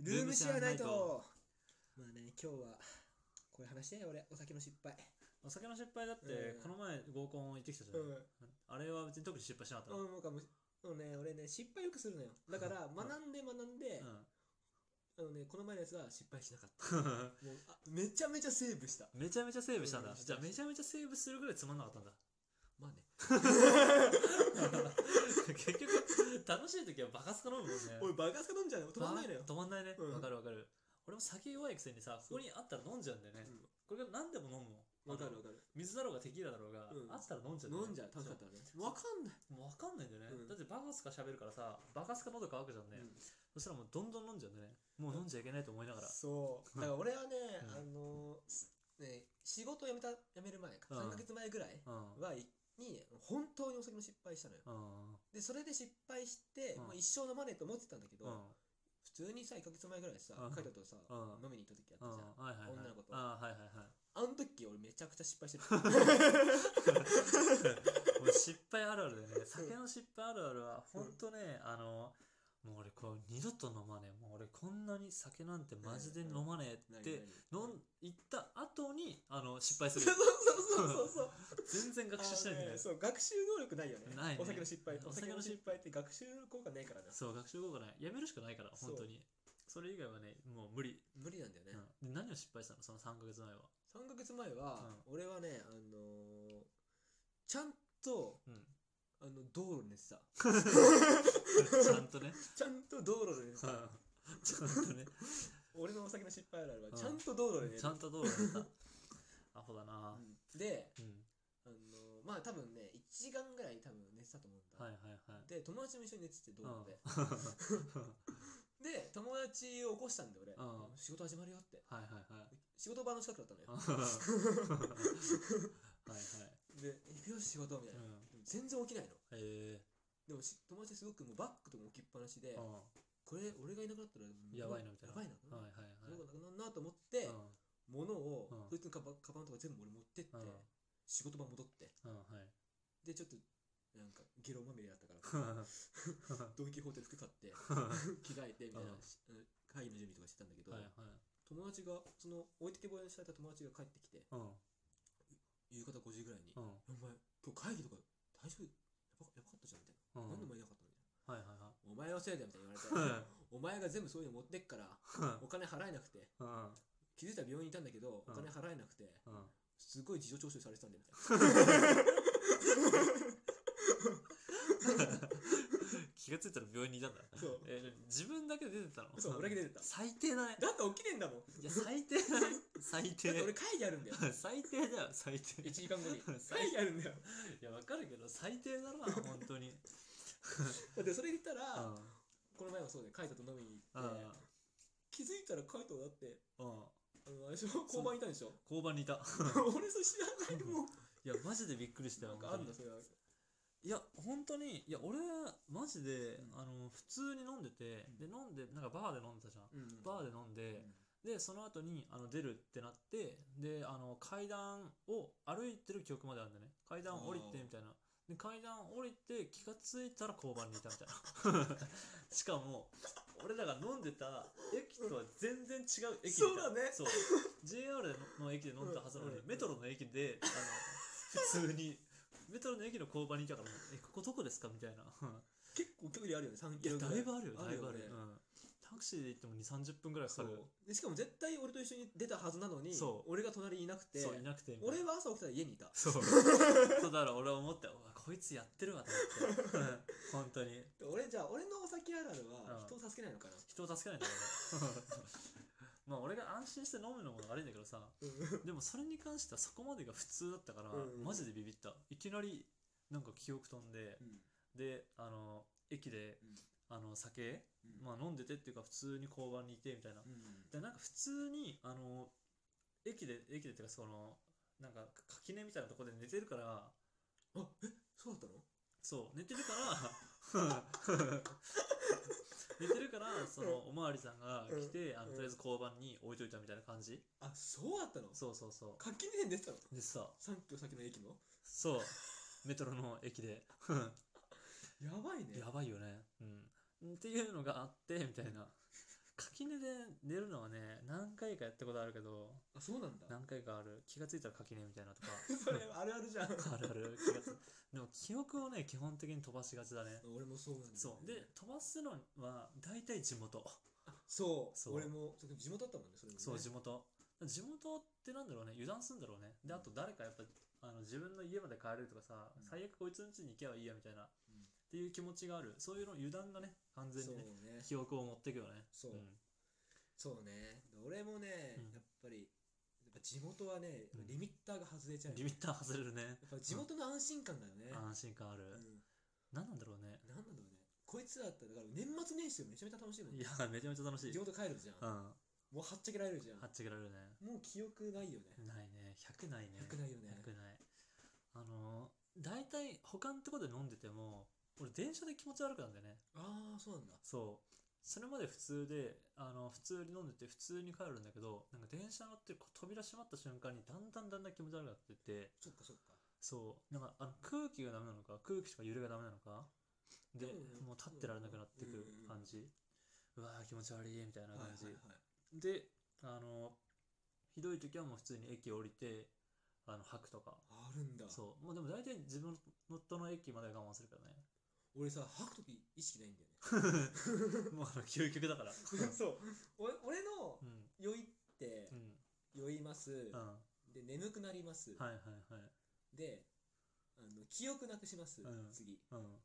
ルームシェアナイルームシェアナイトまあね今日はこういう話ね俺お酒の失敗お酒の失敗だってう、んこの前合コン行ってきたじゃうんん。あれは別に特に失敗しなかったの。ううんもうかもん。しもうね俺ね失敗よくするのよだから学んで学んで、あのねこの前のやつは失敗しなかったもうあめちゃめちゃセーブしためちゃめちゃセーブしたんう んだ。じゃあめちゃめちゃセーブするぐらいつまんなかったん だ。まあね結局、楽しい時はバカスカ飲むもんね。俺バカスカ飲んじゃうの止まんないのよあ止まんないね。うんわかるわかる。俺も酒弱いくせにさ、ここにあったら飲んじゃうんだよね。これが何でも飲むもん。わかるあのわかる水だろうがテキーラだろうが、うんあったら飲んじゃうんだよね飲んじゃう楽しかったらねわかんないもう分かんないんだよね、うんだってバカスカ喋るからさバカスカ喉乾くじゃんね、うんそしたらもうどんどん飲んじゃうんだよねもう飲んじゃいけないと思いながら、そうだから俺はね、うんあのすね仕事を辞めた辞める前かうん3ヶ月前ぐらいうんは、いに本当にお酒の失敗したのようんでそれで失敗して、うんもう一生飲まねえと思ってたんだけど、うん普通にさ1ヶ月前ぐらいさ、うん海人とさ、うん飲みに行った時あっうたんじゃん、はいはいはい女の子とあーはいはいはいあの時俺めちゃくちゃ失敗 してるもう失敗あるあるだよね酒の失敗あるあるはほんとね、あのもう俺こう二度と飲まねえもう俺こんなに酒なんてマジで飲まねえって、飲ん行った後にあの失敗すそうるそうそうそうそう全然 学習しないんあのだよねねそう学習能力ないよねないねお酒の失敗うんお酒の失敗って学習効果ないからなそう学習効果ないやめるしかないからそう本当にそれ以外はねもう無理、無理なんだよね、うんで何を失敗したのその3ヶ月前は3ヶ月前は、俺はねあのーちゃんとうんあの道路で寝てた ちゃんとねちゃんと道路で寝てうんたちゃんとね俺のお酒の失敗あるあるはうんちゃんと道路で寝てちゃたんとどうだったアホだなうんでうんあのまあ多分ね1時間ぐらい多分寝てたと思うんだ、はいはいはいで友達も一緒に寝ててう道ん路で、で友達を起こしたんで俺、うん仕事始まるよってはいはいはい仕事場の近くだったのよ、はいはいで行くよ仕事みたいうな、んでも全然起きないのえでもし友達すごくもうバックとかも置きっぱなしで、ーうんこれ俺がいなくなったらもうやばいなみたいなやばいな、はそのいはいは子なくなるなと思って、い物を、うんこいつのカバカバンとか全部俺持ってって、うん仕事場戻ってうんうんはいでちょっとなんかゲロまみれだったからはドン・キホーテの服買って着替えてみたいな、うんしうん会議の準備とかしてたんだけいど、はい友達がその置いてけぼりにされた友達が帰ってきてうん夕方5時ぐらいに「うんお前今日会議とか大丈夫やばやばかったじゃん」みたいうな「なんんでお前いなかったの?」みたいな「お前のはいはいはせいだよ」みたいな言われてい「お前が全部そういうの持ってっからうんお金払えなくてうん気づいたら病院にいたんだけどおうん金払えなくてうんすごい事情聴取されてたんだよ」みたいな気がついたら病院にいたんだ。そうえー自分だけで出てたのそう俺だけ出てた最低だね。だって起きねえんだもんだいや、最低だね。最低。って俺会議あるんだよ最低だよ、最低。 1時間後に最会議あるんだよいや、わかるけど、最低だ な、本当に。だってそれで言ったうん。らこの前もそうで海人と飲みにう行ってん気づいたら海人だってうん。あのあれでしょ交番いたんでしょ交番にいた。俺それ知らないでもういや、マジでびっくりしたよ。なんかあん本だそ当にれはいや、本当に、いや、俺、マジで、うんあの、普通に飲んでて、で、飲んで、なんかバーで飲んでたじゃん。うんバーで飲んで、でその後にあの出るってなってであの階段を歩いてる記憶まであるんだよね階段降りてみたいなで階段降りて気がついたら交番にいたみたい なしかも俺らが飲んでた駅とは全然違う駅そうだねそう JR の駅で飲んでたはずなのにうんメトロの駅であの普通にメトロの駅の交番にいたからえここどこですかみたいな結構距離あるよね3いキやロぐだらいいぶあるよだいぶああるるよねうん、タクシーで行っても2 3 0分ぐらいかかそるうでしかも絶対俺と一緒に出たはずなのにそう俺が隣にいなくてそういなくてみたいな俺は朝起きたら家にいたそ う。そうだから俺は思ったよ。うわこいつやってるわと思って。うん本当に。で俺じゃあ俺のお酒あるあるはうん人を助けないのかな人を助けないんだからね。まあ俺が安心して飲むのも悪いんだけどさ。でもそれに関してはそこまでが普通だったから、うんマジでビビった。いきなりなんか記憶飛んで、で、あの、駅で、うんあの、酒、まあ飲んでてっていうか普通に交番にいてみたいな。うんで、なんか普通に、あの、駅で、駅でっていうかその、なんか垣根みたいなところで寝てるから、あえそうだったのそう寝てるから 寝てるからそのおまわりさんが来て、あのうんとりあえず交番に置いといたみたいな感じ、あそうだったのそうそうそ垣根に出てたのうでさ3キロ先の駅の そうメトロの駅でやばいね やばいよねうんっていうのがあってみたいな垣垣根で寝るのはね何回かやったことあるけどあそうなんだ何回かある気がついたら垣根みたいなとか それあるあるじゃんあるある気がつでも記憶をね基本的に飛ばしがちだね 俺もそうなんだよね、そうで飛ばすのは大体地元そうそう俺もそう地元だったもんねそれもねそう地元地元ってなんだろうね油断すんだろうねであと誰かやっぱあの自分の家まで帰れるとかさ、うん最悪こいつん家に行けばいいやみたいなっうんていう気持ちがあるそういうの油断がね完全そうにねね記憶を持っていくよねそううんそうね俺もね、うんやっぱりやっぱ地元はねうんリミッターが外れちゃう、リミッター外れるねやっぱ地元の安心感だよね、安心感ある、うん何なんだろうねなんだろうねこいつらだったらだから年末年始めちゃめちゃ楽しいもんいねやめちゃめちゃ楽しい地元帰るじゃんうんはもうはっちゃけられるじゃんっちゃけられるねもう記憶ないよねないね100ないね100ないよね100ないあのー大体他のとこで飲んでても俺電車で気持ち悪くなるんだよねああそうなんだそうそれまで普通であの普通に飲んでて普通に帰るんだけどなんか電車乗ってこう扉閉まった瞬間にだんだんだんだん気持ち悪くなってってそっかそっかそうなんかあの空気がダメなのか空気しか揺れがダメなのかで、うんもう立ってられなくなってくうん感じ、うわー気持ち悪いみたいな感じ、はいはいはいであのひどい時はもう普通に駅降りてあの吐くとかあるんだそうまあでも大体自分のとの駅までは我慢するけどね 俺さ吐く時意識ないんだよもうあの究極だから ね そう俺俺のうん酔いってうん酔います、うんはで眠くなります、いはいはいであの記憶なくします、うん次うん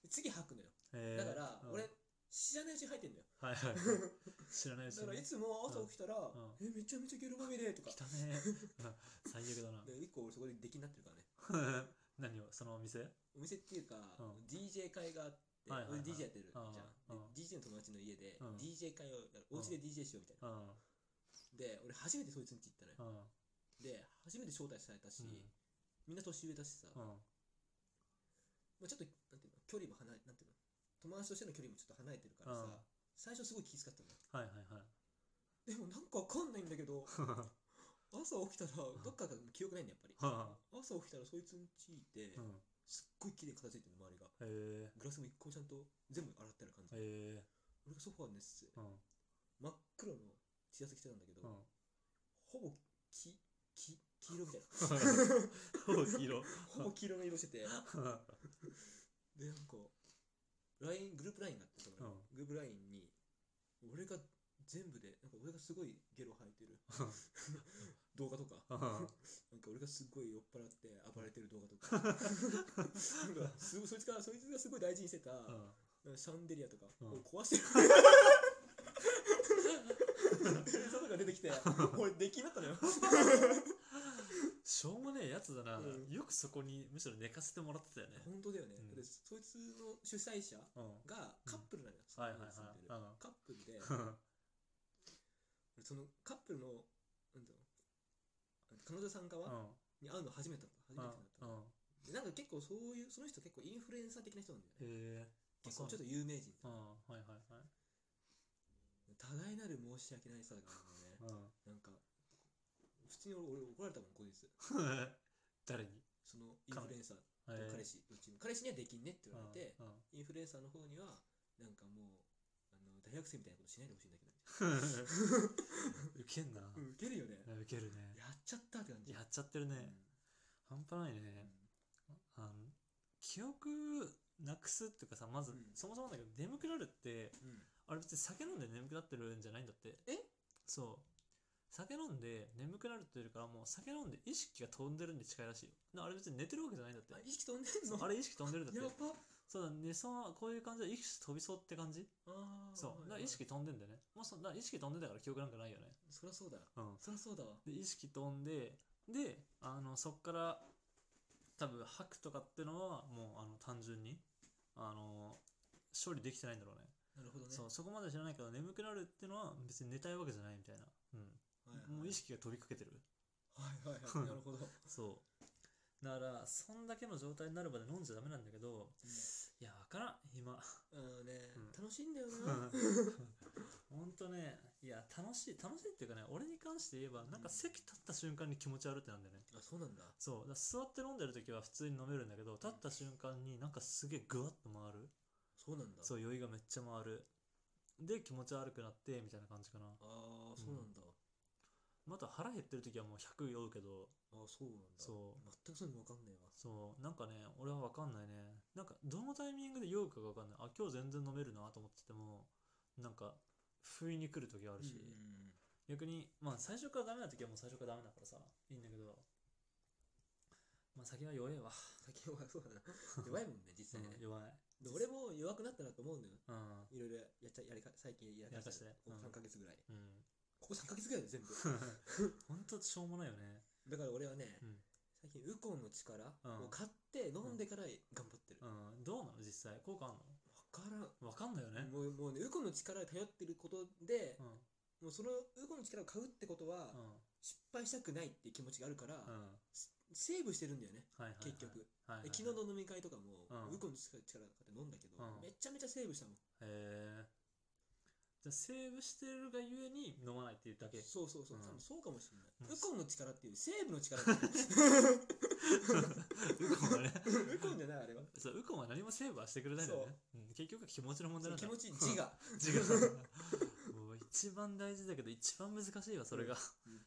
で次吐くのよえだかーらうん俺、知らないうちに吐いてんだよはいはいはい知らないうち だからにいつも朝起きたら、うえめちゃめちゃゲロまみれとか来たねうん 最悪だで一個俺そこで出来になってるからねな 何をそのお店はお店っていうか、うん DJ 会があって、はいはいはい俺 DJ やってるじゃん、うんうんで DJ の友達の家で、うん DJ 会をやるお家で DJ しようみたいな、うんで俺初めてそいつんち行ったのよ、うんで初めて招待されたし、うみんな年上だしさ、んまあ、ちょっとなんていうの距離も離れなんていうの友達としての距離もちょっと離れてるからさ、うん最初すごい気遣ったのよはいはいはいでもなんかわかんないんだけど朝起きたらどっかが記憶ないんだやっぱりう朝起きたらそいつんちいて、うんすっごい綺麗に片付いてるの周りがへえグラスも一個もちゃんと全部洗ってある感じ、へえ俺がソファーに寝ててうん真っ黒の T シャツ着てたんだけど、うんほぼきき黄色みたいなほう黄色 ほぼ黄色の色しててでなんかライングループ LINE があってその、うグんループ LINE に俺が全部でなんか俺がすごいゲロ吐いて る動画とかなんか俺がすごい酔っ払って暴れてる動画と かなんかすごいそいつがそいつがすごい大事にしてた、なんかシャンデリアとか、うん俺壊 してるそのが出てきて俺出来になったの よしょうもねえやつだな、うんよくそこにむしろ寝かせてもらってたよね本当だよね、うんでそいつの主催者うんがカップルなのよ、そはいのはいはい家に住んでるうんカップルではそのカップルのなんだろう彼女さん側に会うの初めてだった初めてだったうんのうんでなんか結構そういうその人結構インフルエンサー的な人なんだよねへえ結構ちょっと有名人うんはいはいはい多大なる申し訳ないさがあるのねうなんんか普通に俺俺怒られたもんこいつ誰にそのインフルエンサーとへえ彼氏うちの彼氏にはできんねって言われてうんインフルエンサーの方にはなんかもうあの大学生みたいなことしないでほしいんだけどうんウケんなうんウケるよねウケるねやっちゃったって感じやっちゃってるうんね半端ないねあの記憶なくすっていうかさまずうんそもそもだけど眠くなるってうんあれ別に酒飲んで眠くなってるんじゃないんだってえそう酒飲んで眠くなるっていうよりかはもう酒飲んで意識が飛んでるんで近いらしいよなあれ別に寝てるわけじゃないんだってあ意識飛んでんのあれ意識飛んでるんだっやてばそうだねそうこういう感じで意識飛びそうって感じあーそうだから意識飛んでんだよねもうそだから意識飛んでたから記憶なんかないよねそりゃそうだうんそりゃそうだわで意識飛んでであのそっから多分吐くとかってのはもうあの単純にあの処理できてないんだろうねなるほどねそうそこまで知らないけど眠くなるってのは別に寝たいわけじゃないみたいな、はいはういん、もう意識が飛びかけてるはい はいはいなるほどそうだからそんだけの状態になるまで飲んじゃダメなんだけどいやわからん 今うんあのねうん楽しいんだよなほんとねいや楽しい楽しいっていうかね俺に関して言えばなんか席立った瞬間に気持ち悪ってなんだよねあそうなんだそうだから座って飲んでる時は普通に飲めるんだけど立った瞬間になんかすげえグワッと回るそうなんだそう酔いがめっちゃ回るで気持ち悪くなってみたいな感じかなああそうなんだ、また腹減ってる時はもう100酔うけどああそうなんだそう全くそういうの分かんないわそうなんかね俺は分かんないねなんかどのタイミングで酔うかが分かんないあ今日全然飲めるなと思っててもなんか不意に来る時があるし、うん逆にまあ最初からダメな時はもう最初からダメだからさいいんだけどまあ酒は弱えわ、酒はそうだな 弱いもんね実際ね、弱いで俺も弱くなったなと思うんだようんいろいろやっちゃやりか最近やりかしたやりこかしてねこうん3ヶ月ぐらい、うんここ3ヶ月ぐらいで全部 本当しょうもないよねだから俺はね、うん最近ウコンの力を買って飲んでから頑張ってる、うんどうなの実際効果あん分からんの分かんないよねもうもうね、ウコンの力に頼ってることで、うんもうそのウコンの力を買うってことは、うん失敗したくないっていう気持ちがあるから、うんセーブしてるんだよね、はいはいはい結局。はいはいで昨日の飲み会とかも、うんウコンの力を買って飲んだけど、うんめちゃめちゃセーブしたもん。へえじゃあセーブしてるがゆえに飲まないっていう だけそうそうそう、うん多分そうかもしれない。うんウコンの力っていう、セーブの力だよね ウコンはねウコンじゃない、あれ は。 そうウコンは何もセーブはしてくれないんだよね、うん結局は気持ちの問題なんだ気持ちいい、自我。 自我もう一番大事だけど一番難しいわそれが、うん